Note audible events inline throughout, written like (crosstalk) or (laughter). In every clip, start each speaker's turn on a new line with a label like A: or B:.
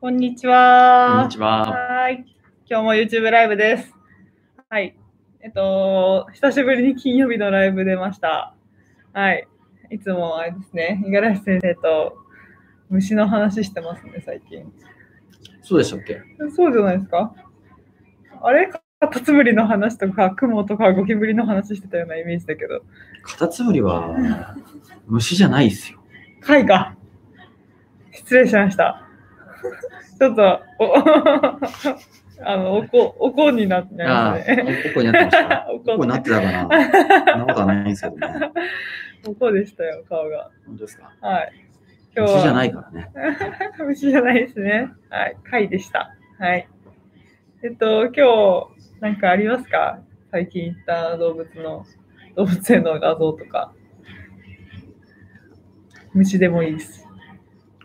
A: こんにち
B: こん
A: は
B: に。ちは。
A: はい。今日も YouTube ライブです。はい。えっと、久しぶりに金曜日のライブ出ました。はい。いつもあれですね、五十嵐先生と虫の話してますね、最近。
B: そうでしたっけ
A: そうじゃないですかあれカタツムリの話とか、雲とかゴキブリの話してたようなイメージだけど。
B: カタツムリは虫じゃないですよ。
A: 貝が。失礼しました。 (laughs) ちょっと、お (laughs) あの、おこ、おこになって
B: あ
A: ま
B: あ
A: すね。、
B: おこになってま
A: (laughs)
B: した。
A: おこ
B: おこになってたかな。そんなことはないんですけどね。
A: おこでしたよ、顔が。
B: 本当ですか
A: はい。今日は
B: 虫じゃないからね。
A: 虫じゃないですね。はい。貝でした。はい。えっと、今日、なんかありますか最近行った動物の、動物園の画像とか。虫でもいいです。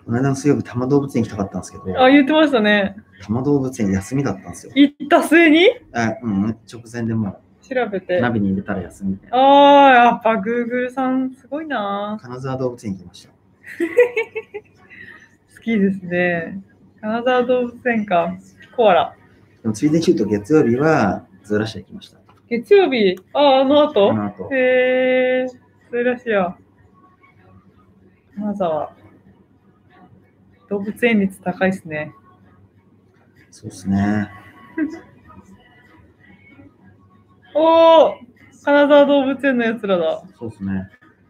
B: この間の水曜日、多摩動物園行きたかったんですけど、
A: あ、言ってましたね。
B: 多摩動物園休みだったんですよ。
A: 行った末に
B: あうん、直前でも
A: 調べ
B: う、
A: て。
B: 鍋に入れたら休みで。
A: ああ、やっぱ Google さんすごいな。
B: 金沢動物園行きました。
A: 好きですね。金沢動物園か。コアラ。
B: でもついでに言うと、月曜日はズーラシア行きました。
A: 月曜日、あ、あの後
B: この後、
A: へえー、それらしいよ。金沢。動物園率高いですね。
B: そうですね。
A: おお金沢動物園のやつらだ。
B: そうですね。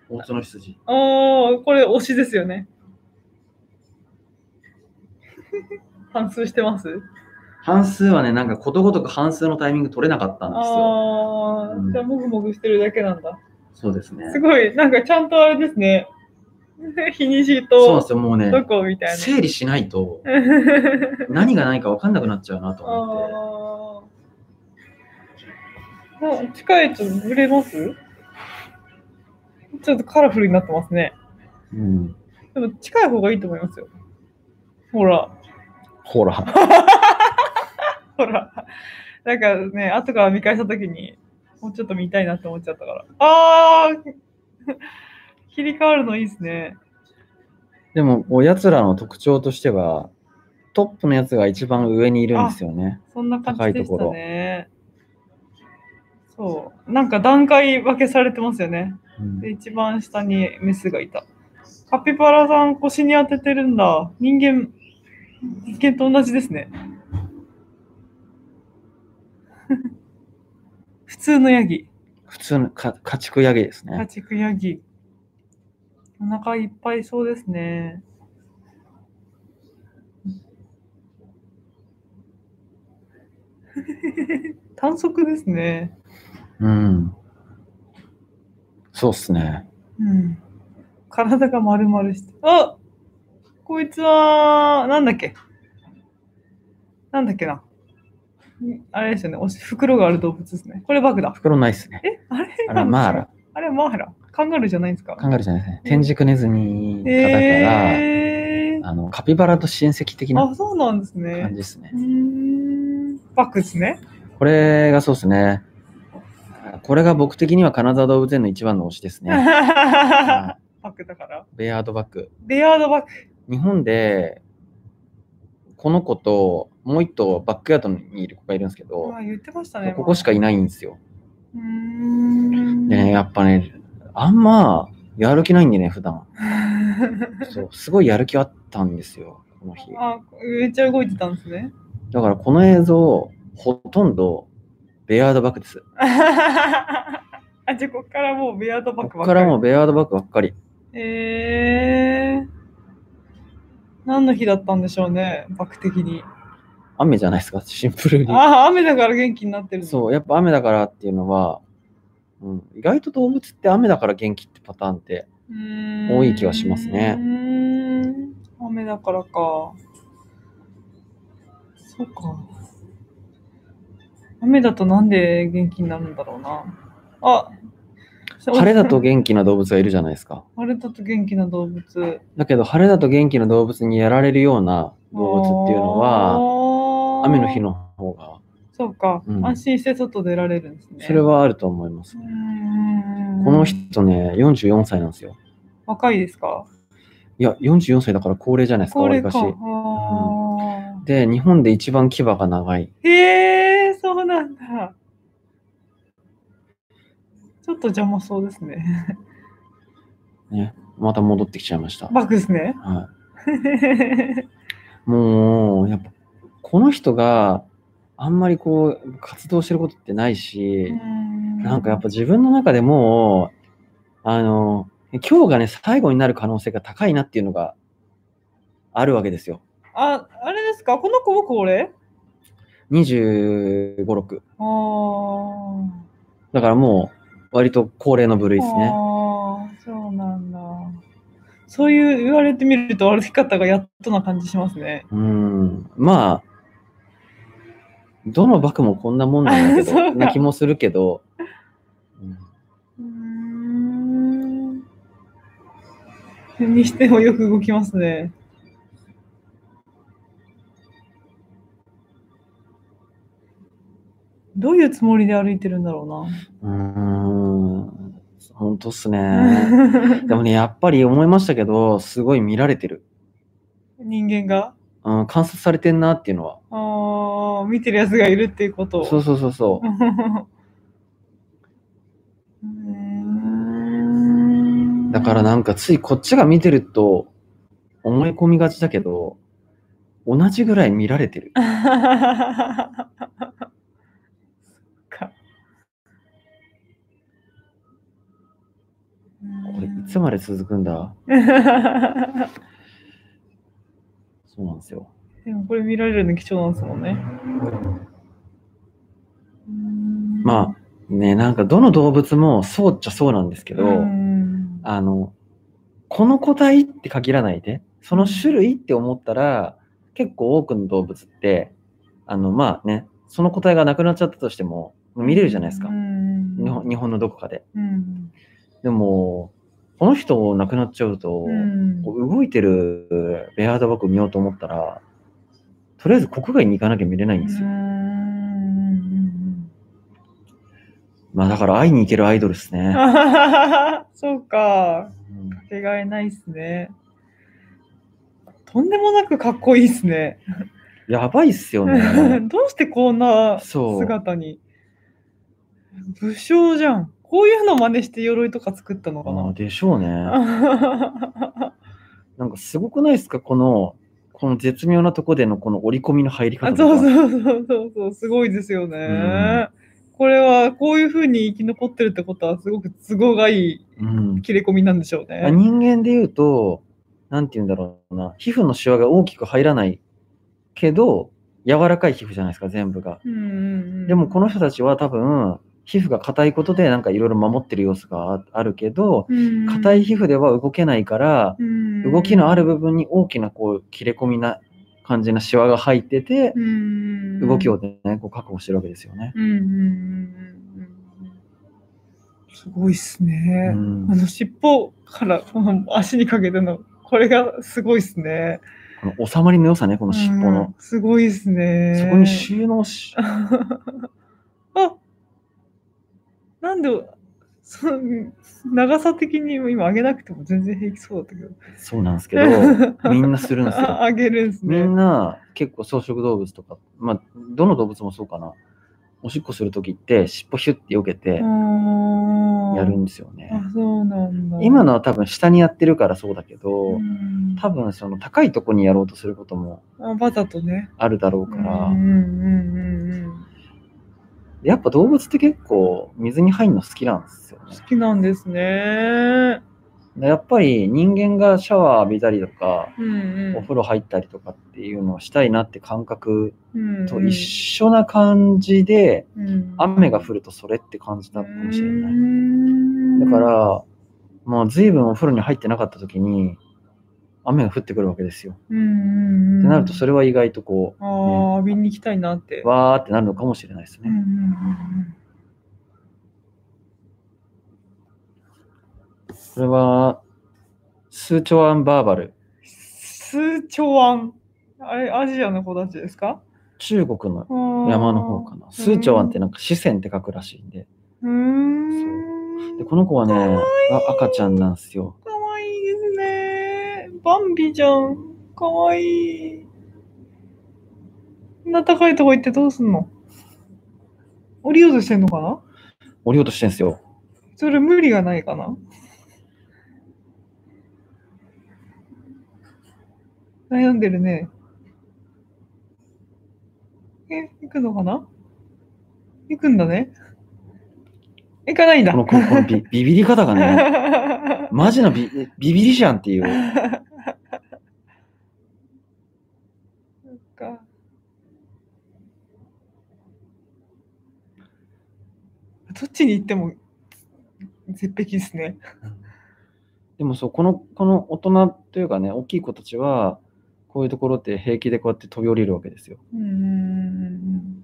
B: 大津の羊。
A: おおこれ推しですよね。反数してます
B: 半数はね、なんかことごとく半数のタイミング取れなかったんですよ。
A: あ
B: う
A: あ、
B: ん
A: じゃあもぐもぐしてるだけなんだ。
B: そうですね
A: す。ごい、なんかちゃんとあれですね。 (laughs) 日にち
B: そうなんで
A: と
B: すよ、もうね、
A: どこみ (laughs) たい
B: 整理しないと
A: な。
B: 何が何か分かんなくなっちゃうなと思っ
A: (laughs) あーあ。近いとぶれますちょっとカラフルになってますね。
B: て。うん。
A: でも近い方がいいと思いますよ。ほら、
B: ほら。
A: ほら。なんかね、後から見返したときに、もうちょっと見たいなって思っちゃったから。ああ (laughs) 切り替わるのいいですね。
C: (laughs) でも、こうやつらの特徴としては、トップのやつが一番上にいるんですよね。
A: そんな感
C: 高
A: じ
C: い
A: で
C: と
A: し
C: こ
A: た
C: ろ
A: ね。そう。なんか段階分けされてますよね。
C: うん
A: で一番下にメスがいた。カピバラさん腰に当ててるんだ。人間、人間と同じですね。 (laughs) 普通のヤギ、
C: 普通のか家畜ヤギです
A: 家
C: ね。
A: 畜ヤギ。お腹いっぱいそうですね。短足ですね。
C: うん。そうっすね。
A: うん。体が丸々して。あこいつは、なんだっけなんだっけな。んあれですよね。おし袋がある動物ですね。これバグだ。
C: 袋ないっすね。
A: えあれ
C: あれ、マーラ。
A: あれマーラ。カンガルーじゃないんですか
C: カンガルーじゃないですね。天竺ネズミ科だから、
A: えー、
C: あの、カピバラと親戚的な
A: あ、そうなんです
C: 感じ
A: ね。
C: ですね
A: うー。ん。バグですね。
C: これがそうっすね。これが僕的には金沢動物園の一番の推しです
A: (laughs)
C: ね。
A: バ
C: は
A: グだから。
C: いベアードバッグ。
A: レアードバッグ。
C: 日本でこの子ともう一頭バックヤードにいる子がいるんですけど、
A: あ言ってましたね。
C: ここしかいないんですよ。
A: うーん。
C: で
A: (laughs)
C: ね、やっぱね、あんまやる気ないんでね、普段。そう、すごいやる気あったんですよ、この日。
A: あ、めっちゃ動いてたんですね。 (laughs)
C: だからこの映像、ほとんどベアードバックです。
A: あ、じゃあこっからもうベアードバッ
C: こ
A: ク
C: こ
A: ばっ
C: か
A: かり。
C: らもうベアードバックばっかり。
A: えー。何の日だったんでしょうね、バック的に。
C: 雨じゃないですか、シンプルに。
A: ああ、雨だから元気になってるの。
C: そう、やっぱ雨だからっていうのは、うん、意外と動物って雨だから元気ってパターンって
A: うーん。
C: 多い気はしますね
A: うーん。雨だからか。そうか。雨だとなんで元気になるんだろうな。あ
C: 晴れだと
A: 晴
C: 元気な動物がいるじゃないですか。
A: れだと元気な動物。
C: だけど晴れだと元気な動物にやられるような動物っていうのは
A: は
C: 雨の日の方が
A: そうか、
C: うん
A: 安心して外出られるんですね。
C: それはあると思います
A: う。ーん。
C: この人ね44歳なんですよ。
A: 若いですか
C: いや44歳だから高齢じゃないですか
A: 高
C: わ
A: 齢
C: り
A: か。
C: か
A: あ
C: し。
A: ー
C: で、日本で一番牙が長い。
A: へえ、そうなんだ。ちょっと邪魔そうですね。 (laughs)
C: ね。また戻ってきちゃいました。
A: バックですね。
C: はいもう、やっぱ、この人があんまりこう、活動してることってないし、
A: な
C: なんかやっぱ自分の中でもう、あの、今日がね、最後になる可能性が高いなっていうのがあるわけですよ。
A: あ、あれですかこの子はこれ
C: 25、6。
A: あー
C: だからもう、割と高齢の部類ですね。
A: あー、そうなんだ。そういう言われてみると歩き方がやっとな感じしますね。
C: うん。まあ、どのバクもこんなもんなんだ
A: (laughs)
C: け
A: そう
C: ど、
A: か
C: な気もするけど、うん
A: うーん。にしてもよく動きますね。どういうつもりで歩いてるんだろ
C: うーん、本当っす
A: う (laughs)
C: ね。
A: な。
C: でもね、やっぱり思いましたけど、すごい見られてる。
A: 人間が
C: うん、観察されてんなっていうのは。
A: ああ、見てるやつがいるっていうことを。
C: そうそうそうそう
A: う。ーん
C: (laughs) だからなんかついこっちが見てると思い込みがちだけど、同じぐらい見られてる。
A: そっか。
C: これいつまで続くんだそうなんですよ。
A: (laughs) でもこれ見られるの貴重なんですもんね。
C: まあね、なんかどの動物もそうっちゃそうなんですけ
A: け
C: ど、あの、この個体って限らないで、その種類って思ったら、結構多くの動物って、あの、まあね、その個体がなくなっちゃったとしても、見れるじゃないですか。日本日本のどこかで。
A: うん
C: でも、この人亡くなっちゃうと、
A: うん
C: こう動いてるベアードバッグ見ようと思ったら、とりあえず国外に行かなきゃ見れないんですよ。
A: うん
C: まあだから会いに行けるアイドルですね。
A: (laughs) そうか。
C: うん
A: かけがえないっすね。とんでもなくかっこいいっすね。
C: やばいっすよ (laughs) ね。
A: (laughs) どうしてこんな
C: そう
A: 姿に武将じゃんこういうの真似して鎧とか作ったのか
C: あ
A: な
C: ーでしょうね。
A: (laughs) あ
C: なんかすごくないですかこの、この絶妙なとこでのこの折り込みの入り方
A: そう
C: とか。
A: そうそうそうそうすごいですよね、
C: ん
A: これはこういうふうに生き残ってるってことはすごく都合がい
C: うん
A: い切れ込みなんでしょう
C: ま
A: ね
C: あ人間で言うと、なんて言うんだろうな。皮膚のシワが大きく入らないけど、柔らかい皮膚じゃないですか、全部が。
A: うんうんうん
C: でもこの人たちは多分、皮膚が硬いことでなんかいろいろ守ってる様子がああるけど、
A: うん
C: 硬い皮膚では動けないから、
A: うん
C: 動きのある部分に大きなこう切れ込みな感じなシワが入ってて、
A: うん
C: 動きをね、こう確保してるわけですよね。
A: うんうんうんうんうんすごいっすね、
C: うん
A: あの尻尾から (laughs) この足にかけてのこれがすごいですね。
C: この収まりの良さね、この尻尾の。
A: うんすごいですね。
C: そこに収納し、
A: あなんでそ長さ的に今上げなくても全然平気そうだったけど。
C: そうなんです
A: (laughs)
C: けど、みんなするんですよ
A: あ。 (laughs) 上げるんです
C: み
A: ね。
C: んな結構草食動物とか、まあ、どの動物もそうかな。おしっこするときって尻尾ヒュッて避けてや
A: や
C: るんですよね。
A: あそうなんだ。
C: 今のは多分下にやってるからそうだけど、
A: うん
C: 多分その高いとこにやろうとすることも
A: あわざとね。
C: あるだろうから、
A: うんうんうんうん
C: でやっぱ動物って結構水に入るの好きなんですよね
A: 好きなんですね。
C: でやっぱり人間がシャワー浴びたりとか、
A: うん
C: お風呂入ったりとかっていうのをしたいなって感覚
A: うん。
C: と一緒な感じで、
A: うん
C: 雨が降るとそれって感じなのかもしれない、
A: な
C: だからもう随分お風呂に入ってなかった時に雨が降ってくるわけですよ、
A: うんうんうん、
C: ってなるとそ
A: れ
C: れは意外とこう
A: ああ、見に行きたいなって。
C: わーってなるのかもしれないです
A: うんう
C: ね。
A: んうん
C: それは、スーチョアンバーバル、
A: スーチョワン。あれ、アジアの子たちですか
C: 中国の山
A: 山
C: の方かな。スーチョワンってなんか四川って書くらしいんで。
A: うーん。
C: で、この子はね、あ赤ちゃんなんですよ。
A: かわいいですね。バンビじゃん。かわいい。そんな高いとこ行ってどうすんの降りようとしてんのかな
C: 降りようとしてんすよ。
A: それ無理がないかな悩んでるね。え、行くのかな行くんだね。行かないんだ
C: こ。の、このこのビビビり方がね、
A: (laughs)
C: マジのビビビりじゃんっていう。 (laughs)
A: そっかどっちに行っても絶壁ですね。
C: でもそう、この、この大人というかね、大きい子たちは、こういうところって平気でこうやって飛び降りるわけですよ。
A: うーん。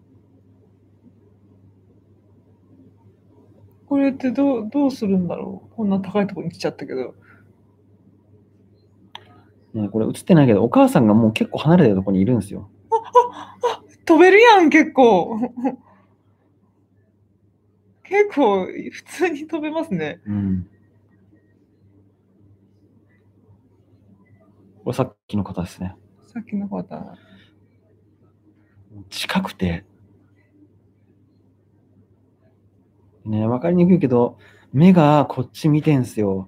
A: これってどうどうするんだろうこんな高いところに来ちゃったけど。
C: ね、これ映ってないけど、お母さんがもう結構離れたところにいるんですよ。
A: 飛べるやん、結構。 (laughs) 結構、普通に飛べますね。
C: うん。これさっきの方ですね。
A: さっきの方。
C: 近くて。ね、わかりにくいけど、目がこっち見てんすよ。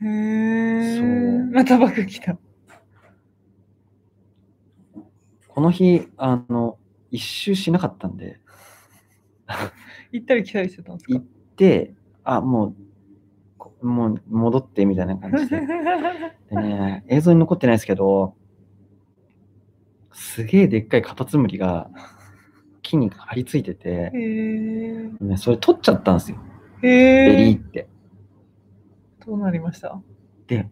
A: へ
C: そう
A: え。またバク来た。
C: この日、あの、一周しなかったんで、
A: 行ったり来たりしてたんですか
C: で、あ、もう、こもう戻ってみたいな感じで。でね、映像に残ってないですけど、すげえでっかいカタツムリが木に張り付いてて
A: (laughs) へ、え。
C: ね、それ取っちゃったんですよ、ベ
A: へ
C: リー
A: え。
C: って。
A: どうなりました
C: で、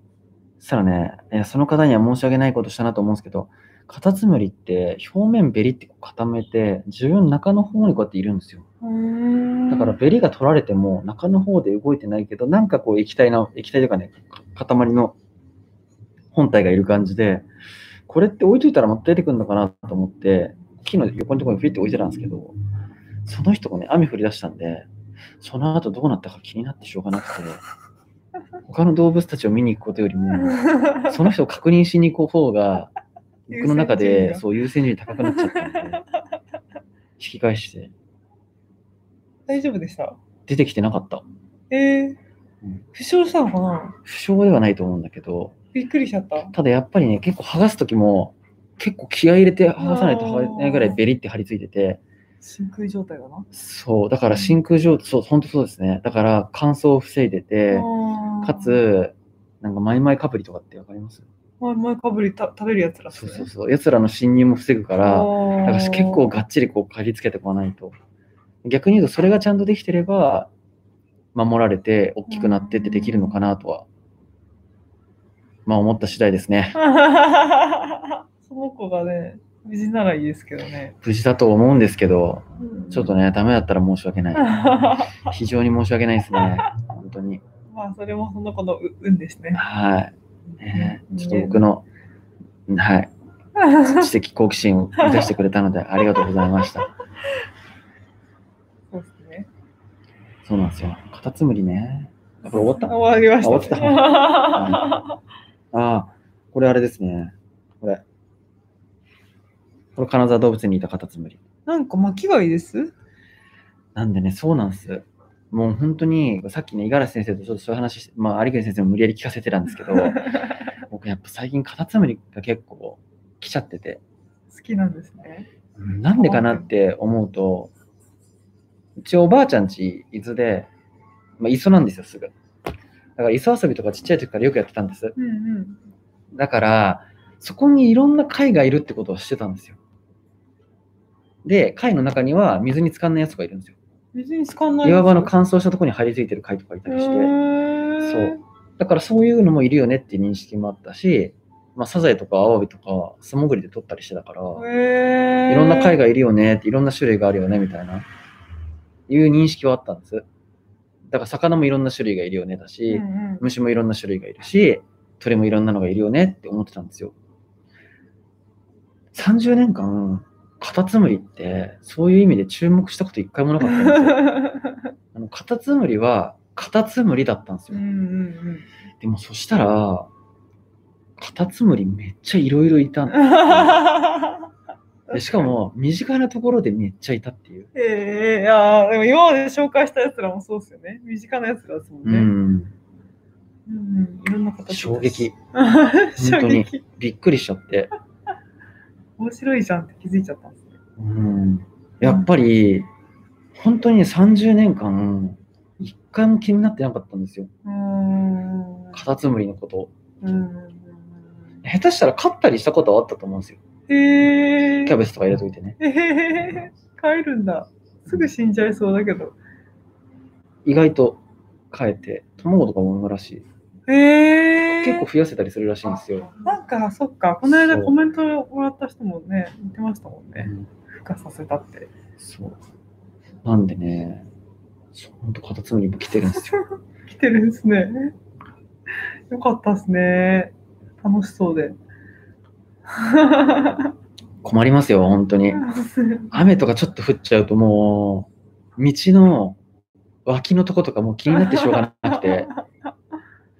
C: そしたらね、えその方には申し訳ないことしたなと思うんですけど、カタツムリって表面ベリってこう固めて、自分の中の方にこうやっているんですよ。だ
A: だ
C: からベリが取られても中の方で動いてないけど、なんかこう液体の、液体というかね、か塊の本体がいる感じで、これって置いといたらまた出てくるのかなと思って、木の横のところにフィって置いてたんですけど、その人がね、雨降り出したんで、その後どうなったか気になってしょうがなくて、他の動物たちを見に行くことよりも、その人を確認しに行く方が、僕の中でそう優先順位高くなっちゃったんで、引き返して、
A: (laughs) 大丈夫でした
C: 出てきてなかった。
A: えー
C: うん、
A: 負傷したのかな
C: 不傷ではないと思うんだけど、
A: びっくりしちゃった。
C: ただやっぱりね、結構剥がすときも、結構気合い入れて剥がさないと
A: あー
C: 剥がれないぐらいベリって張り付いてて、
A: 真空状態だな。
C: そう、だから真空状態、そう、本当そうですね。だから乾燥を防いでて、
A: あー
C: か、つ、なんかマイマイかぶりとかってわかります
A: 前前かぶりた食べるやつらっす
C: そ
A: ね、
C: うそうそう。奴らの侵入も防ぐから、だから
A: あー
C: 結構がっちりこう刈り付けてこないと。逆に言うと、それがちゃんとできてれば、守られて、大きくなってってできるのかなとは、まあ思った次第ですね。
A: (laughs) その子がね、無事ならいいですけどね。
C: 無事だと思うんですけど、ちょっ
A: (laughs)
C: と
A: ね。
C: ね、ダメだったら申し
A: (laughs)
C: 訳ない。
A: ま
C: 非常に申し訳ないですね。本当に。
A: あ、それもその子のう運ですね。
C: はい。ねちょっと僕の、はい、知的好奇心を満たしてくれたので、ありがとうございました。
A: そうですね。
C: そうなんですよ。カタツムリね。これ終わった
A: 終わりました、
C: 終
A: (laughs)
C: ああ、これあれですね。これ。これ、金沢動物園にいたカタツムリ。
A: なんか巻き貝です。
C: なんでね、そうなんです。もう本当に、さっきね、五十嵐先生とちょっとそういう話し、まあ、有栗先生も無理やり聞かせてたんですけ
A: (laughs)
C: ど、僕やっぱ最近カタツムリが結構来ちゃってて、
A: 好きなんですね。
C: なんでかなって思うと、うちおばあちゃんち、伊豆で、まあ、磯なんですよ、すぐ。だから磯遊びとかちっちゃい時からよくやってたんです。
A: うんうん。
C: だから、そこにいろんな貝がいるってことをしてたんですよ。で、貝の中には水に浸かんないやつがいるんですよ。
A: 別に使わない。
C: 岩場の乾燥したところに張り付いてる貝とかいたりして、
A: そう。
C: だからそういうのもいるよねっていう認識もあったし、まあ、サザエとかアワビとか素潜りで取ったりしてたから、
A: へー
C: いろんな貝がいるよねっていろんな種類があるよねみたいないう認識はあったんですだから魚もいろんな種類がいるよねだし、
A: うんうん
C: 虫もいろんな種類がいるし鳥もいろんなのがいるよねって思ってたんですよ30年間カタツムリってそういう意味で注目したこと一回もなかったん (laughs) ですよあのカタツムリはカタツムリだったんです
A: うん
C: よ
A: うんうん
C: でもそしたら、カタツムリめっちゃいろいろいたんだでしか、も、身近なところでめっちゃいたっていう。
A: (laughs) ええいやーでも今まで紹介したやつらもそうですよね。身近なやつらですもん
C: う
A: ね。
C: ん。
A: うん、いろんな形。(laughs)
C: 衝。撃。
A: 衝
C: 本当に
A: 撃。
C: びっくりしちゃって。
A: 面白いじゃんって気づいちゃったんですね。
C: うん。やっぱり、本当に30年間、一回も気になってなかったんですよ。
A: うーん。
C: カタツムリのこと。
A: うん。
C: 下手したら飼ったりしたことはあったと思うんですよ。
A: ええ
C: キャベツとか入れといてね。
A: ええ (laughs) 帰るんだ。すぐ死んじゃいそうだけど。
C: 意外と飼えて、卵とかも産むらしい。
A: ええ
C: 結構増やせたりするらしいんですよ。
A: なんか、そっか、この間
C: そう
A: コメントもらった人もね、言ってましたもん
C: う
A: ね。
C: ん
A: 孵化させたって。
C: そう。なんでね、ほんとカタツムリも来てるんですよ。
A: 来てるんですね。よかったですね。楽しそう (laughs) で。
C: 困りますよ、本当に。雨とかちょっと降っちゃうともう、道の脇のとことかもう気になってしょうがなく (laughs) て、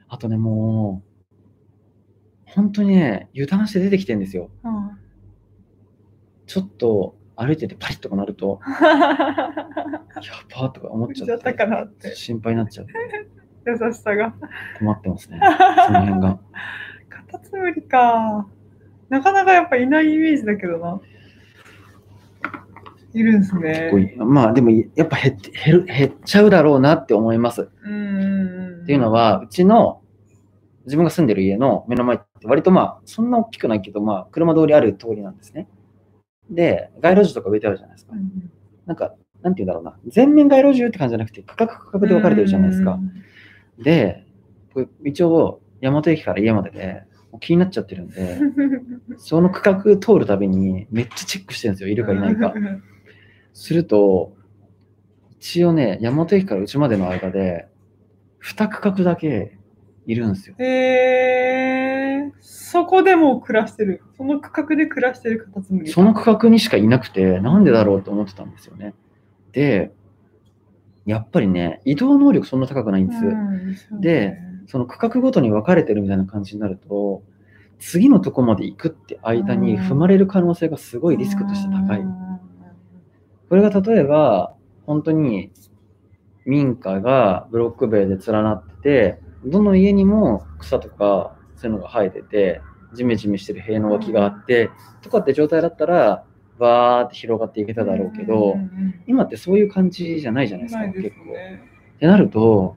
C: あとね、もう、本当にね、油断して出てきてんですよ。
A: うん
C: ちょっと歩いててパリッとかなる (laughs) と、やばーとか思っ
A: (laughs) 死ん
C: ち
A: じ
C: ゃ
A: ゃっ
C: ったて、
A: かなって、
C: 心配になっちゃう。
A: 優しさが。
C: 困ってますね、その辺 (laughs) が。
A: カタツムリか。なかなかやっぱいないイメージだけどな。いるんですね
C: 結。構いいまあでも、やっぱ減って減る減っちゃうだろうなって思います。
A: うん。
C: っていうのは、うちの自分が住んでる家の目の前って割とまあそんな大きくないけどまあ車通りある通りなんですね。で、街路樹とか植えてあるじゃないですか
A: う。ん、
C: なんか、なんて言うんだろうな。全面街路樹って感じじゃなくて、区画区画で分かれてるじゃないですか
A: う。ん。
C: で、これ一応、大和駅から家までで、もう気になっちゃってる
A: (laughs)
C: んで、その区画通るたびにめっちゃチェックしてるんですよ。い
A: い
C: るかいないか
A: (laughs) う。ん
C: すると、一応ね、大和駅からうちまでの間で、二区画だけいるんですよ。
A: えー、そこでもう暮らしてる。その区画で暮らしてるカタツムリ。
C: その区画にしかいなくて、なんでだろうと思ってたんですよね。で、やっぱりね、移動能力そんな高くないんです。
A: うんそう
C: でその区画ごとに分かれてるみたいな感じになると、次のとこまで行くって間に踏まれる可能性がすごいリスクとして高い。これが例えば、本当に民家がブロック塀で連なってて、どの家にも草とかそういうのが生えてて、ジメジメしてる塀の脇があって、とかって状態だったら、バーって広がっていけただろうけど、
A: うんうん
C: 今ってそういう感じじゃないじゃ
A: う
C: ない
A: ん
C: ですか、
A: ないで
C: 結
A: す
C: 構。
A: ね。
C: ってなると、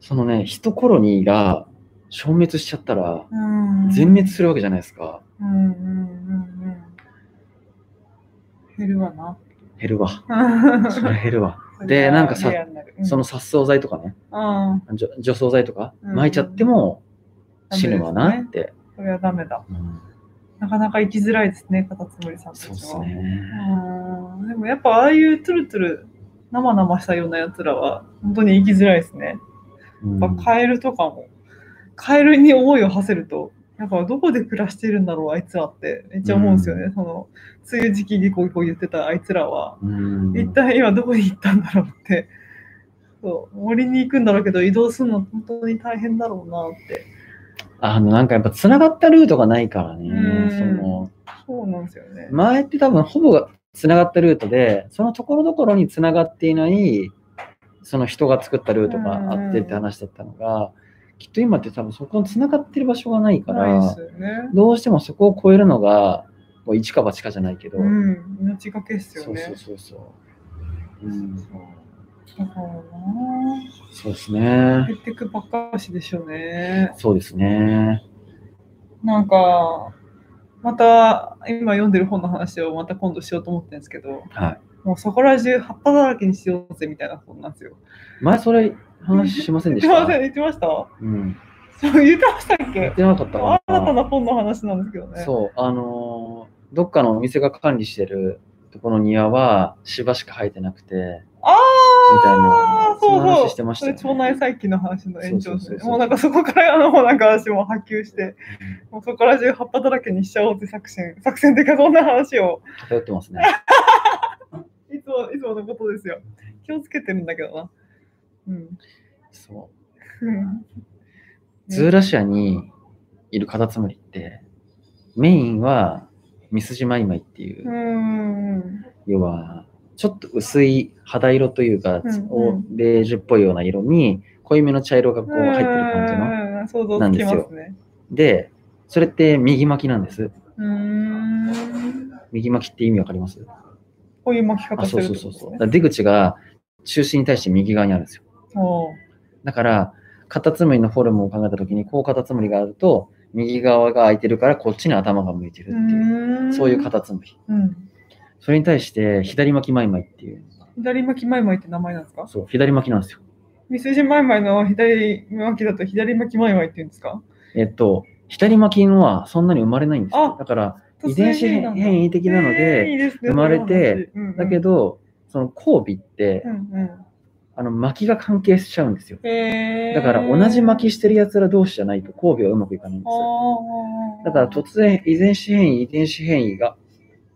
C: そのね、一コロニーが消滅しちゃったら、
A: うん
C: 全滅するわけじゃないですか。
A: うんうんうんうん減るわな。
C: 減る
A: (laughs)
C: わ。それ減るわ。でなんかさ
A: レアになる、うん
C: その、殺草剤とかね、
A: ああ、
C: 除除草剤とか
A: うん
C: 撒いちゃっても死ぬわなって。
A: それはダメだ。
C: うん
A: なかなか生きづらいですね、カタツムリさんたち
C: そう
A: は。
C: ですね。
A: うん。でもやっぱああいうトゥルトゥル、生々したようなやつらは、本当に生きづらいですね。
C: うん
A: やっぱカエルとかも、カエルに思いを馳せると、やっぱどこで暮らしているんだろう、あいつらって、めっちゃ思うんですよね。その、梅雨時期にこうこう言ってたあいつらは、
C: うん
A: 一体今どこに行ったんだろうって。そう、森に行くんだろうけど、移動するの本当に大変だろうなって。
C: あの、なんかやっぱ繋がったルートがないから
A: うん
C: ね。その
A: そうなんですよね。
C: 前って多分ほぼ繋がったルートで、そのところどころに繋がっていない、その人が作ったルートがあってって話だったのが、きっと今って多分そこに繋がってる場所がないか
A: ないです
C: ら、
A: よね。
C: どうしてもそこを越えるのが、もう一か八かじゃないけど、
A: うん、命がけっすよ
C: そう
A: ね。
C: そうそうそう。うん、
A: そうだからな
C: そうですね。
A: 減ってくばっかしでしょうね。
C: そうですね。
A: なんか、また今読んでる本の話をまた今度しようと思ってるんですけど、
C: はい。
A: もうそこら中葉っぱだらけにしようぜみたいな本なんですよ。
C: 前それ話しません
A: 言
C: で
A: って (laughs)
C: し
A: ま
C: た
A: せん、言ってました
C: うん。
A: そう言ってましたっ
C: や
A: け
C: ってなかった
A: 新
C: かな
A: たな本の話なんですけどね。
C: そう、あのーどっかのお店が管理してるとこの庭は芝しか生えてなくて、
A: あ
C: みたい
A: あ
C: な、
A: そうそ
C: の
A: う。
C: 話してました
A: そ
C: よ
A: れ
C: ね。
A: 腸内細菌の話の延長です
C: そうそうそう
A: ね。
C: そう
A: もうなんかそこからあのもうなんか私も波及して、もうそこら中葉っぱだらけにしちゃおうって作戦、作戦でかそんな話を
C: 偏ってますね。
A: (laughs) いつもいつものことですよ。気をつけてるんだけどな。うん。
C: そう。
A: うん
C: ズーラシアにいるカタツムリって、メインはミスジマイマイっていう、
A: うん。
C: 要は、ちょっと薄い肌色というか、
A: うんうん
C: おベージュっぽいような色に、濃いめの茶色がこう入ってる感じの。
A: の。想像つきますね。
C: で、それって右巻きなんです。
A: うーん。
C: 右巻きって意味わかります
A: こういう巻き方
C: あ、
A: す
C: そう
A: るっ
C: そう
A: て
C: そ
A: こ
C: う
A: とですね
C: そう。だから出口が中心に対して右側にあるんですよ。
A: そ
C: だから、カタツムリのフォルムを考えたときに、こうカタツムリがあると、右側が空いてるから、こっちに頭が向いてる
A: う
C: っていう、
A: ーん
C: そういうカ。タツムリ。
A: うん。
C: それに対して、左巻きマイマイっていう、
A: 左巻きマイマイって名前なんですか
C: そう、左巻きなんですよ。
A: ミスジマイマイの左巻きだと左巻きマイマイって言うんですか
C: えっと、左巻きのはそんなに生まれないんですよ。
A: あ
C: だから、遺
A: 突然
C: 伝子
A: 変異なんだ
C: 変異的なの
A: えーい
C: で、
A: いですね
C: 生まれて、
A: その話うんうん
C: だけ、ど、その交尾って
A: う、ん
C: あの、巻きが関係しちゃうんですよ。
A: うん、へー
C: だから、同じ巻きしてる奴ら同士じゃないと交尾はうまくいかないんで
A: あ
C: すよ。
A: ー
C: だから、突然、遺伝子変異、遺伝子変異が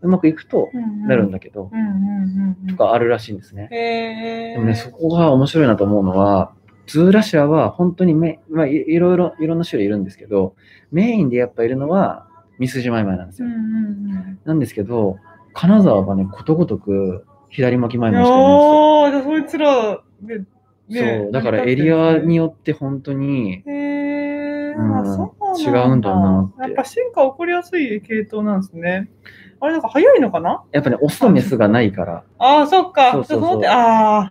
C: うまくいくと、なるん
A: だ
C: だけど、
A: うんうんうんうん、
C: とかあるらしいんですね。
A: へー
C: でもね、そこが面白いなと思うのは、ズーラシアは本当にめ、まあ、いいろいろ、いろんな種類いるんですけど、メインでやっぱいるのは、ミスジマイマイなんです
A: う
C: よ
A: ん。うん
C: なんですけど、金沢はね、ことごとく左巻き
A: う
C: 前
A: ん、
C: もしてる
A: ああ、じゃあそいつらで、
C: んですよ。そう、だからエリアによって本当に、
A: へえー、
C: うん
A: あそうなん
C: 違うんだなって
A: やっぱ進化起こりやすい系統なんですね。あれ、なんか早いのかな
C: やっぱね、オスとメスがないから、
A: ああ、そっか。
C: そうそ
A: ちょ
C: うそう
A: っと待ってああ、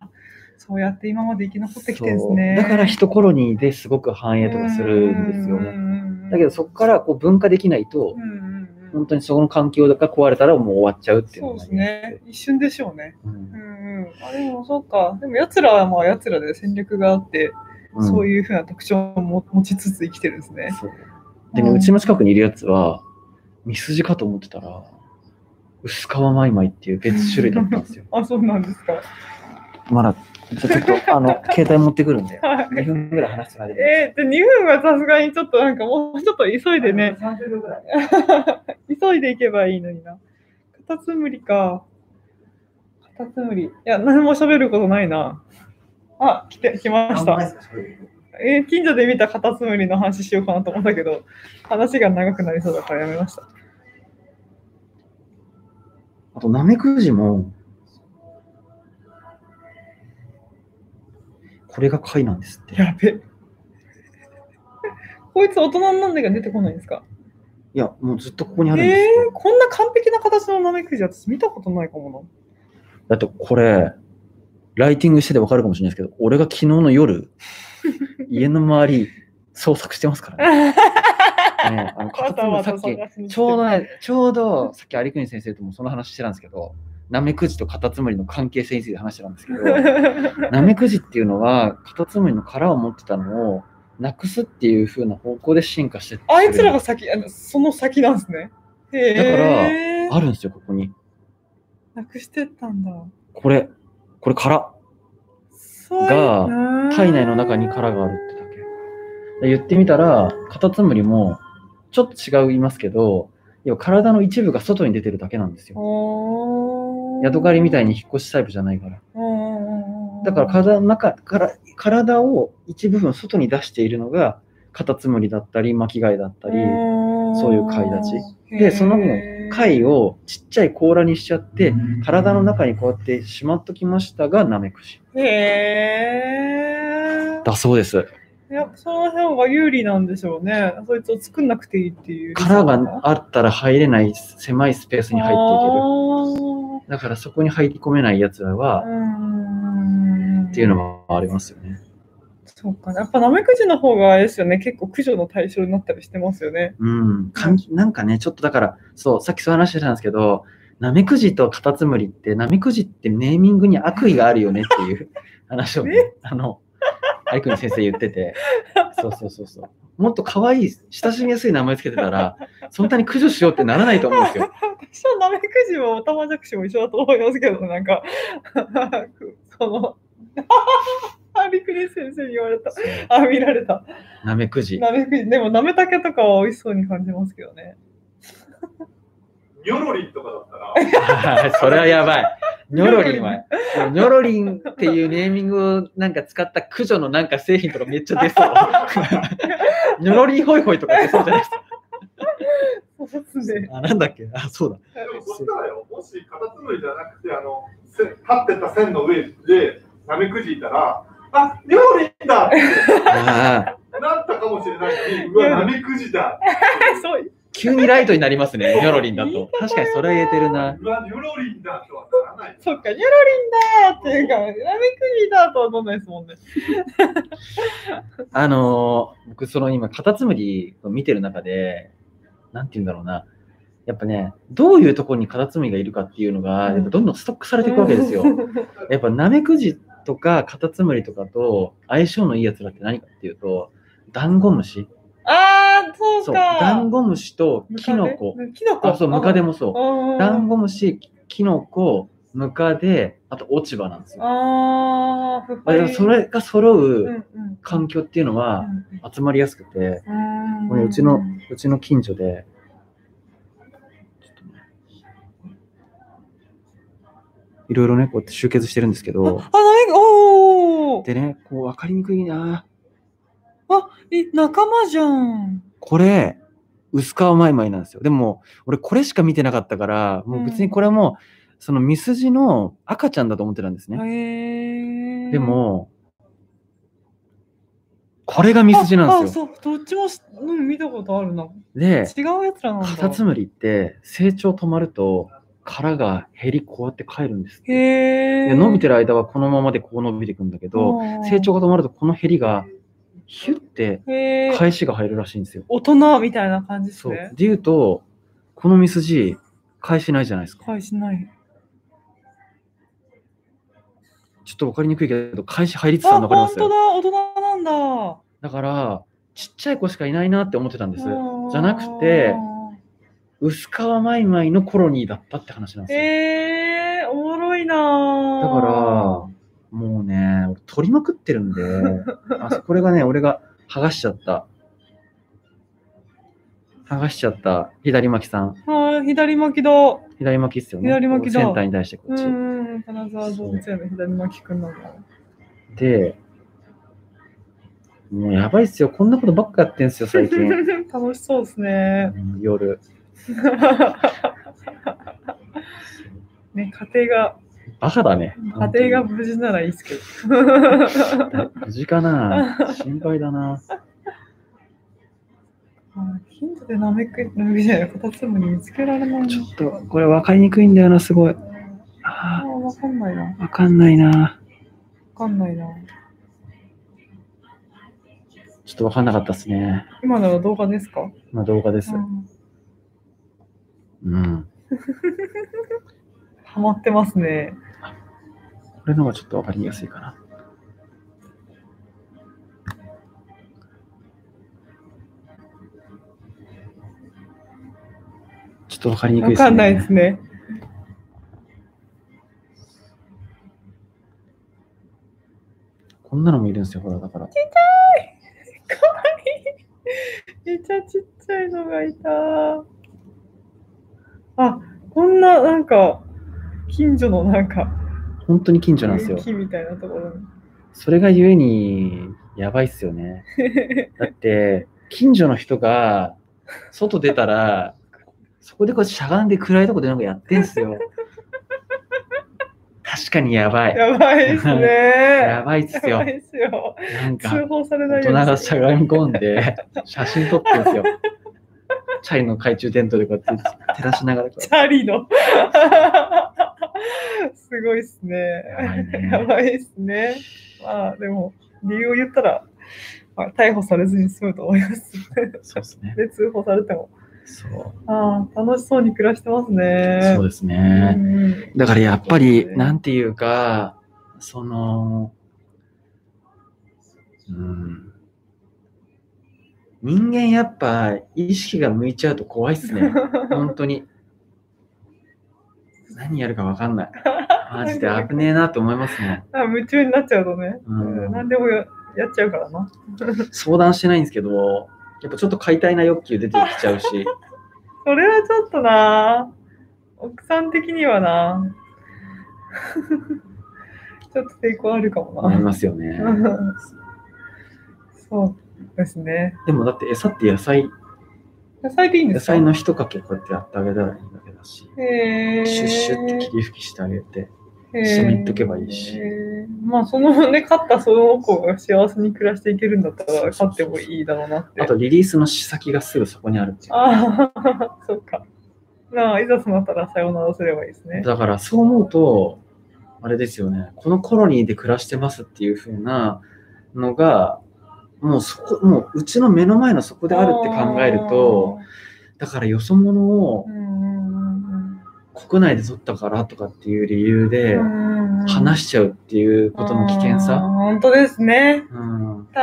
A: そうやって今まで生き残ってきてるんです
C: そう
A: ね。
C: だから一コロニーですごく繁栄とかするんですよね。
A: ね
C: だけど
A: そ
C: そこからこう分化できないと
A: う、んうんうん、
C: 本当にそこの環境が壊れたらもう終わっちゃうっていう
A: そ
C: の
A: うで
C: があ
A: す
C: りますよ
A: ね。。一瞬でしょうね。
C: う
A: うんんうん。あ、でもそうか。でも奴らはまあ奴らで戦略があって、そう
C: うん
A: いうふうな特徴をも持ちつつ生きてるんですね。
C: そうでね、
A: うん
C: うちの近くにいるやつは、ミスジかと思ってたら、薄皮マイマイっていう別種類だったん
A: (laughs)
C: ですよ。
A: あ、そうなんですか。
C: まだ、ちょっと、あ
A: (laughs)
C: の、携帯持ってくるんで。
A: はい。
C: 2分ぐらい話してないで。
A: えー、で2分はさすがにちょっとなんかもうちょっと急いでね。 (laughs)
B: 30秒ぐらい。
A: 急いでいけばいいのにな。カタツムリか。カタツムリ。いや、何も喋ることないな。あ、来て、来まし
B: あんまり
A: た。
B: ですかそれ
A: えー近所で見たカタツムリの話しようかなと思ったけど、話が長くなりそうだからやめました。
C: あと、ナメクジも、これが貝なんですって。
A: やべ。こいつ大人になんだけど出てこないんですか
C: いや、もうずっとここに
A: え
C: あるんです
A: ー
C: よ。、
A: こんな完璧な形のナメクジ私見たことないかも
C: だってこれ、ライティングしててわかるかもしれないですけど、俺が昨日の
A: (laughs)
C: 夜、家の周り、捜索してますからね。
A: な。 (laughs)
C: ねあのカ
A: わ
C: タ
A: ざ
C: ツム
A: わ
C: リ
A: ざ
C: さっき、
A: 探しに来て
C: ちょうどね、ちょうど、さっき有国先生ともその話してたんですけど、ナメクジとカタツムリの関係性について話してたんですけ
A: (laughs)
C: ど、ナメクジっていうのは、カタツムリの殻を持ってたのを、なくすっていう風な方向で進化してって
A: あいつらが先、あのその先なんですね。へえ。
C: あるんですよ、ここに。
A: なくしてったんだ。
C: これ、これ殻。
A: そう
C: が体
A: 体
C: 内の中に殻があるってだけ。で言ってみたら、カタツムリも、ちょっと違いますけど、要は体の一部が外に出てるだけなんですよ。
A: お
C: ヤドカリみたい
A: に。
C: に引っ越しタイプじゃないから。
A: うん
C: だから体の中から、体を一部分外に出しているのが、カタツムリだったり、巻き貝だったり、そういう貝立
A: ち
C: でその貝をちっちゃい甲羅にしちゃって、体の中にこうやってしまっときましたが、ナメクジ。
A: へえ。
C: だそうです。
A: いや、その辺が有利なんでしょうね。そいつを作んなくていいっていう。
C: 殻があったら入れない狭いスペースに入っていける。だからそこに入り込めない奴らは、
A: る
C: っていうのもありますよね。
A: そうか、やっぱナメクジの方があれですよね、結構駆除の対象になったりしてますよね。 (laughs)
C: うん。関係なんかね、ちょっとだから、そう、さっきそういう話してたんですけど、ナメクジとカタツムリって、ナメクジってネーミングに悪意があるよねっていう (laughs) 話をね、あの、アイクに先生言ってて、そうそうそうそう。もっと可愛い、親しみやすい名前つけてたら、そんなに駆除しようってならないと思うんです (laughs) よ。
A: 私はナメクジもオタマジャクシも一緒だと思いますけど、なんか、 (laughs) その、 (laughs) あびっくり先生に言われた。
C: そう
A: あ、見られた。
C: ナメクジ。
A: ナメクジ、でもナメタケとかは美味しそうに感じますけどね。
B: ニョロリンとかだったら、
C: それはやばい。ニョロリンは。ニョロリン (laughs) っていうネーミングをなんか使った駆除のなんか製品とかめっちゃ出そう。ニョロリーホイホイとかってそうじゃないですか。
A: おすで。
C: あ、なんだっけあ、そうだ。
D: でもそしたらよ、もしカタツムリじゃなくて、あの、せ立ってた線の上で、ナメクジいたら、あ、料理だって
C: ああ、
D: なったかもしれないのに、うわ、ナメクジだ。
A: (laughs) そう
C: 急にライトになりますね、ニョロリンだと。確かにそれは言えてるな。
D: うわ、料理だとはならない。
A: そっか、ニョロリンだーっていうか、ラメクリだーとはどんないですもんね。
C: あのー僕、その今、カタツムリを見てる中で、なんて言うんだろうな。やっぱね、どういうところにカタツムリがいるかっていうのが、
A: うん
C: やっぱどんどんストックされていくわけですよ。やっぱナメクジとかカタツムリとかと相性のいいやつらって何かっていうと、ダンゴムシ。
A: (laughs) あー、そう
C: そ
A: か。
C: う、ダンゴムシとキノコ。。
A: キノコ。
C: あ、そう、ムカデもそう。
A: も
C: ダンゴムシ、キノコ、ムカデ、あと落ち葉なんですよ。
A: あー、
C: あでもそれが揃
A: うん
C: う
A: うん
C: 環境っていうのは集まりやすくて、
A: うん
C: これうちの、うちの近所で、ちょっとねいろいろね、こうやって集結してるんですけ
A: あ、
C: ど、
A: あなんかおー
C: でね、こう分かりにくいな
A: え、仲間じゃん。
C: これ、薄皮マイマイなんですよ。でも、俺これしか見てなかったから、もう別にこれはもう、そのミスジの赤ちゃんだと思ってたんですね。
A: へー。
C: で、も、これがミスジなんですよ。
A: よ。あ、そう、どっちもし、うん、見たことあるな。
C: で、
A: 違うやつらなんだ。
C: カタツムリって成長止まると殻が減りこうやって帰るんですって。
A: へ
C: で
A: ー。
C: 伸びてる間はこのままでこう伸びていくんだけど、成長が止まるとこの減りがヒュッて
A: へー
C: 返しが入るらしいんですよ。
A: 大人みたいな感じです
C: そう。で
A: ね。
C: 言うと、このミスジ、返しないじゃないですか。
A: 返しない。
C: ちょっとわかりにくいけど、返し入りつつあ
A: あ、
C: るの分かりま
A: 本
C: す
A: 当だ、大人なんだ。
C: だから、ちっちゃい子しかいないなって思ってたんです。じ
A: じ
C: ゃなくて、薄皮マイマイのコロニーだったって話なんですよ。
A: えー、おもろいな
C: だから、もうね、俺取りまくってるんで、
A: (laughs)
C: あそうこれがね、俺が剥がしちゃった。剥がしちゃった左巻きさん。
A: ら、はい左巻きだ。
C: 左巻きっすよね。
A: 左巻きだ
C: こうセンターに対してこ
A: う
C: っち。
A: ん、金沢動物園の左巻きくんなんだ。
C: で、もうやばいっすよ。こんなことばっかやってんすよ、
A: (laughs)
C: 最近。
A: 楽しそうですね。
C: うん夜。
A: ね、家庭が、
C: バカだね。
A: 家庭が無事ならいいですけど。 (laughs)
C: が。無事かな心配だな。
A: あヒントでナメクナメクじゃないカタツムリ見つけられないな。
C: ちょっと、これ分かりにくいんだよな、すごい。あ
A: あわかんないな。わ
C: ーわかんないな。
A: かんないな。
C: ちょっと分かんなかったですね。
A: 今のは動画ですか？
C: まあ動画です
A: う。ん
C: うん。
A: ハマってますね。
C: これの方がちょっと分かりやすいかな。ちょっと分かりにくい
A: わ
C: ですね。
A: かんないですね。
C: こんなのもいるんですよ、ほら、だから。
A: めっちゃちっちゃいのがいた。あ、こんななんか近所のなんか
C: 本当に近所なんですよ。
A: 木みたいなところに。
C: それがゆえに、やばいっすよね。だって、近所の人が、外出たら、そこでこうしゃがんで暗いとこでなんかやってんす (laughs) よ。確かにやばい。
A: やばいですね。
C: (laughs) やばいっす
A: や
C: よ
A: ば。いっすよ。
C: なん
A: 通
C: か、
A: 報されな
C: 大
A: いよう
C: 人
A: に
C: がしゃがみ込んで、写真撮ってんすよ。チャリの懐中電灯でこうやって照らしながらこ
A: チャリの。 (laughs) すごいっすね。
C: う。やばい
A: や
C: ね。
A: ばいですね。まあでも、理由を言ったら、まあ、逮捕されずに済むと思います。 (laughs)
C: そうですね。
A: で、通報されても。
C: そう。
A: ああ、楽しそうに暮らしてますね。
C: そうです
A: うん
C: ね。
A: うん (laughs)
C: だからやっぱり、
A: うん
C: なんていうか、その、うん。人間やっぱ意識が向いちゃうと怖いっ
A: (laughs)
C: すね。本当に。何やるかわか
A: (laughs)
C: んない。マジで危ねえなと思いますね。
A: あ夢中になっちゃうとね、
C: うん
A: 何でもややっちゃうからな。
C: 相談してないんですけど、やっぱちょっと解体な欲求出てきちゃう
A: (laughs)
C: し、
A: それはちょっとな、奥さん的にはな、 (laughs) ちょっと抵抗あるかも
C: 思い
A: な。
C: ますよね。
A: (laughs) そう。ですね。
C: でもだって餌って野菜、
A: 野菜でいいんで
C: 野
A: すか
C: 菜の一かけこうやってやってあげたらいいだけだし、
A: へー
C: シュッシュって霧吹きしてあげて、
A: へー
C: 染みっとけばいいし
A: へーまあ、そのね、飼ったその子が幸せに暮らしていけるんだったら、飼ってもいいだろうなって。
C: あとリリースのし先がすぐそこにあるっていう
A: ああ、そっか。まあ、いざそうなったらさようならすればいいですね。
C: だからそう思うと、あれですよね、このコロニーで暮らしてますっていう風なのが、もうそこ、もううちの目の前のそこであるって考えると、だからよそ者を
A: あー、うん
C: 国内で取ったからとかっていう理由で
A: し
C: 話しちゃうっていうことの危険さ。
A: 本当ですね。
C: うん。
A: た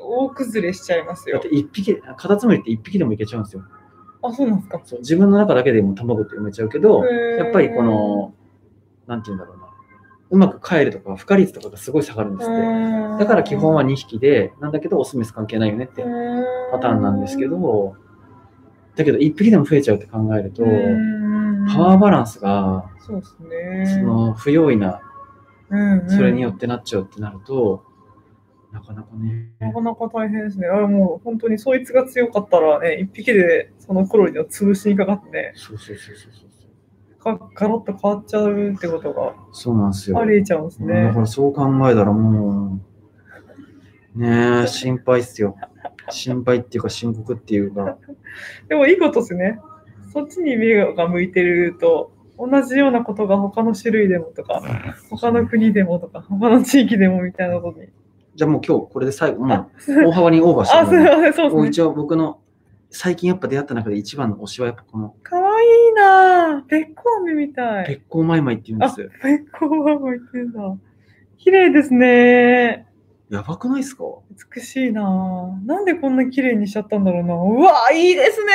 A: 大崩れしちゃいます
C: だっ
A: よ
C: て。一匹、カタツムリって一匹でもいけちゃうんですよ。
A: あ、そうなんですか。
C: そう自分の中だけでも卵って埋めちゃうけど、
A: へー
C: やっぱりこの、なんて言うんだろうな、うまく帰るとか、孵化率とかがすごい下がるんですって。だから基本は2匹で、なんだけどオスメス関係ないよねってパターンなんですけど、だけど1匹でも増えちゃうって考えると、パワーバランスが、
A: ーそうです
C: そ
A: ね。
C: の不用意な、
A: うんうん
C: それによってなっちゃうってなると、なかなかね、
A: なかなか大変ですね。あもう本当にそいつが強かったらね、一匹でその頃には潰しにかかってね、
C: そうそうそうそうそう。
A: かガラッと変わっちゃうってことが
C: そうなんですよ。
A: ありえちゃうんです
C: うんだ
A: ね
C: か。らそう考えたらもう、ねえ、心配っすよ。心配っていうか深刻っていうか、
A: でもいいことですね。そっちに目が向いてると、同じようなことが他の種類でもとか、他の国でもとか、他の地域でもみたいなことに。
C: じゃあもう今日これで最後、もう大幅にオーバー
A: あ、
C: した
A: す
C: ので
A: みません、そう
C: もう
A: ですね。
C: 一応僕の最近やっぱ出会った中で一番の推しはやっぱこの
A: かわいいなぁ。べっこ飴みたい。
C: 鉄鋼マイマイって言うんですよ。
A: べっこ飴みたいな。綺麗ですね。
C: やばくないですか
A: 美しいなぁ。なんでこんな綺麗にしちゃったんだろうな。うわぁ、いいですね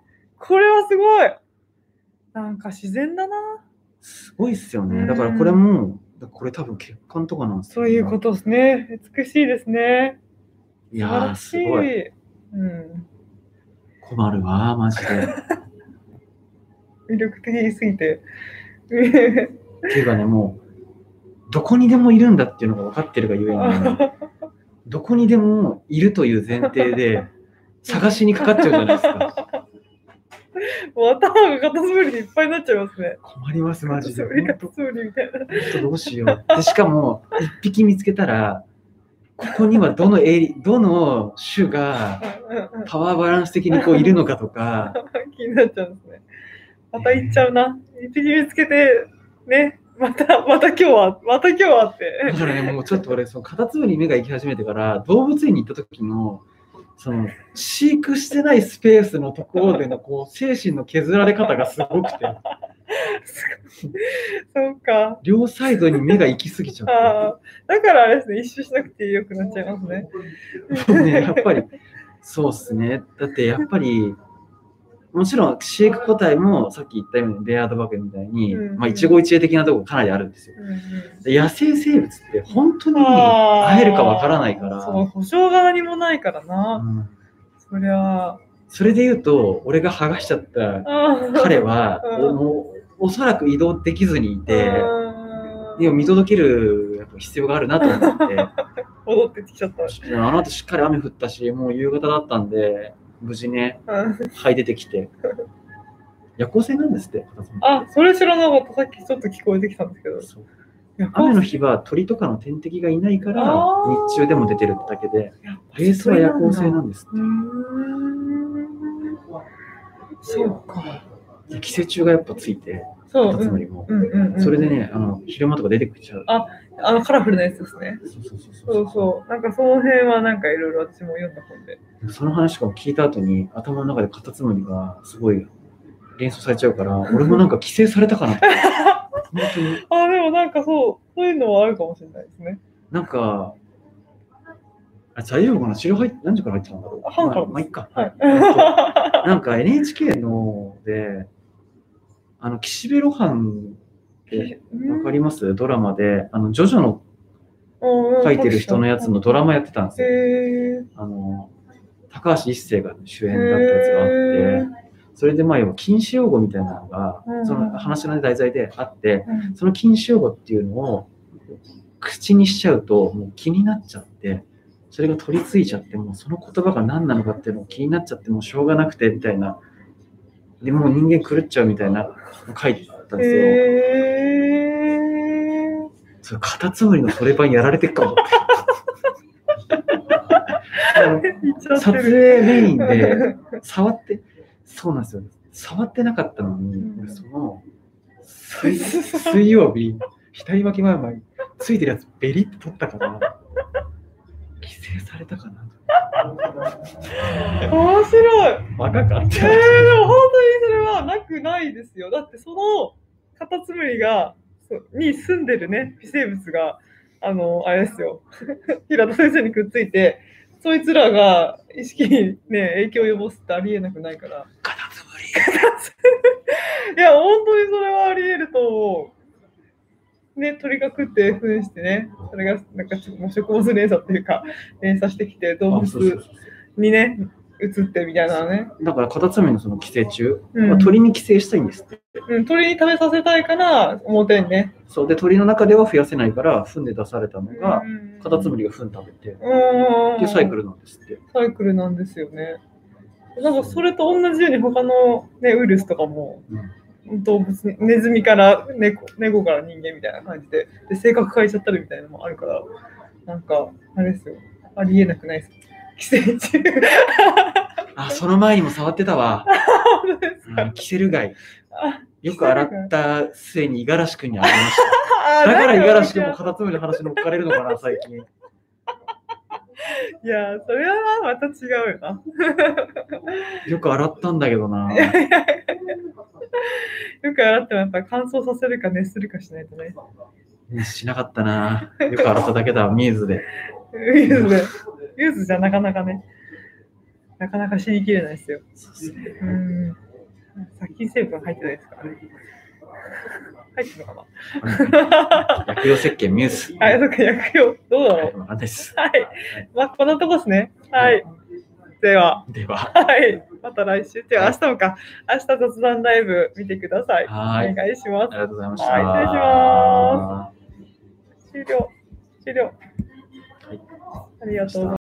A: ーこれはすごいなんか自然だな
C: すごいっすよ
A: う
C: ね。
A: ん
C: だからこれも、これ多分血管とかなんです。
A: そういうこととですね。美しいですね。
C: い
A: 素
C: や
A: 晴
C: ー、
A: らし
C: す
A: い。
C: ごい。
A: うん。
C: 困るわー、マジで。
A: 魅力的すぎて。
C: っていうかね、もう、どこにでもいるんだっていうのが分かってるがゆえに、どこにでもいるという前提
A: (laughs)
C: で、探しにかかっちゃうじゃないですか。
A: もう頭がカタツムリでいっぱいになっちゃいますね。
C: 困ります、マジで。
A: カタツムリカ
C: ほんと
A: タツムリみたいな。
C: ちょっとどうしよう。で、しかも、一匹見つけたら、ここにはどのエリ、どの種が
A: うんうん (laughs) うん
C: パワーバランス的にこういるのかとか、
A: 気になっちゃうんですね。また行っちゃうな。一匹見つけて、ね。また、また今日は、また今日はって。 (laughs)
C: だからね、もうちょっと俺、そのカタツムリに目が行き始めてから、動物園に行った時の、その、飼育してないスペースのところでの、こう、精神の削られ方がすごくて、
A: そうか。
C: 両サイドに目が行き過ぎちゃっ
A: ああ、だからあれですね、一周しなくてよくなっちゃいますね。。
C: て。 (laughs) もうね、やっぱり、そうっすね。だってやっぱり、もちろん飼育個体もさっき言ったようにレアードバグみたいに、
A: うん
C: まあ一期一会的なとこがかなりあるんですよ。
A: うん
C: 野生生物って本当に会えるかわからないから、
A: そう、保証が何もないからな。
C: うん
A: そりゃあ。
C: それで言うと、俺が剥がしちゃった彼は、
A: うん
C: おもうおそらく移動できずにいて、
A: い
C: でも見届けるやっぱ必要があるなと思って、
A: (laughs) 戻ってきちゃった。
C: ちょっとねあの後しっかり雨降ったし、もう夕方だったんで、無事ね、
A: うん
C: はい出てきて。夜行性なんですって、
A: (laughs) あ、それ知らなかった。さっきちょっと聞こえてきたんですけど。
C: そう
A: やっぱ
C: 雨の日は鳥とかの天敵がいないから、
A: あー
C: 日中でも出てるだけで、
A: やっぱ
C: ベースは夜行性
A: う
C: なんです
A: ーん。そうか。
C: って。寄生虫がやっぱついて、
A: そ
C: カ
A: う。
C: タツ
A: う
C: ム
A: ん
C: リも。
A: うんうんうん、
C: それでね、あの昼間とか出てきちゃう。
A: あのカラフルなやつですね。
C: そうそうそう
A: そうそう。なんかその辺はなんかいろいろ私も読んだ本で。
C: その話とかも聞いた後に頭の中でカタツムリがすごい連想されちゃうから、俺もなんか規制されたか (laughs) なって。本当に。
A: あ、でもなんかそう、そういうのはあるかもしれないですね。
C: なんか、あ大丈夫かな資料入って何時から入ってたんだろう
A: あ半から
C: まあ、まあいっか。
A: はい (laughs)
C: えっとなんか NHK ので、あの、岸辺露伴ってわかります、ドラマで、あの、ジョジョの書いてる人のやつのドラマやってたんで
A: へ
C: すよ。
A: え
C: あの、高橋一生が主
A: ー。
C: 演だったやつがあって。
A: へー
C: それでまあ要は禁止用語みたいなのが
A: うん
C: その話の題材であって
A: うん
C: その禁止用語っていうのを口にしちゃうともう気になっちゃってそれが取り付いちゃって、もうその言葉が何なのかっていうのを気になっちゃって、もうしょうがなくて、みたいな。でもう人間狂っちゃうみたいなの書いてあったんですよ。
A: へー
C: それカタツムリのトレパンやられてっかも。
A: 言っち
C: あ
A: ゃ
C: の
A: って
C: 撮
A: る。
C: 影メインで触って、そうなんですよ。触ってなかったのに、
A: うん
C: 俺その水水曜日、左巻き前々についてるやつ、ベリって取ったかな。規制されたかな。
A: 面白い。
C: バカかっ
A: えー、。
C: て
A: でも本当にそれはなくないですよ。だってそのカタツムリが、そうに住んでるね、微生物が、あの、あれですよ。 (laughs) 平田先生にくっついて、そいつらが意識にね、影響を及ぼすってありえなくないから。
C: カタツムリ。
A: (laughs) いや、本当にそれはありえると思う。ね、鳥が食って糞してね、それがなんかちょっともう食物連鎖っていうか、連鎖してきて動
C: あそうそう
A: 物
C: そう
A: にね、移ってみたいなね。
C: だからカタツムリのその寄生虫、
A: うん
C: まあ鳥に寄生したいんですって。
A: うん、鳥に食べさせたいから、表にね。
C: そうで鳥の中では増やせないから糞で出されたのが、カタツム
A: リ
C: リが糞食べて、っ
A: うん
C: ていうサイクルなんですって。
A: サイクルなんですよね。なんかそれと同じように他の、ね、ウイルスとかも、動物にネズミから猫猫から人間みたいな感じでで性格変えちゃったりみたいなのもあるからなんかあれですよありえなくないですか寄生虫
C: あ、その前にも触って
A: (laughs)
C: たわ。
A: 本当です
C: うんキセル貝
A: あ。
C: よく洗った末に五十嵐君にあげました。
A: あ
C: だから
A: なん
C: 五
A: か
C: 十嵐君もカタツムリの話に乗っかれるのかな、最近。
A: いやそれはまた違うよな
C: よく洗ったんだけどな。
A: よく洗ってもやっぱり乾燥させるか熱するかしないとね
C: しなかったな。よく洗っただけだ、ミーズで。
A: ユーズでユーズじゃなかなかねなかなか死にきれないですようん殺菌成分入ってないですからね入ってるのかな
C: (laughs) 薬用石鹸ミュース。
A: あ、そっか、薬用、どうだろう。
C: わかんないです。
A: はい。まあ、こんなとこですね。はい。では、
C: では、
A: はい。また来週。では、明日もか。明日雑談ライブ見てください。
C: はい
A: お願いしま
C: ありがとうございました。。
A: はい失礼しますす。終了。終了。
C: はい
A: ありがとうございます。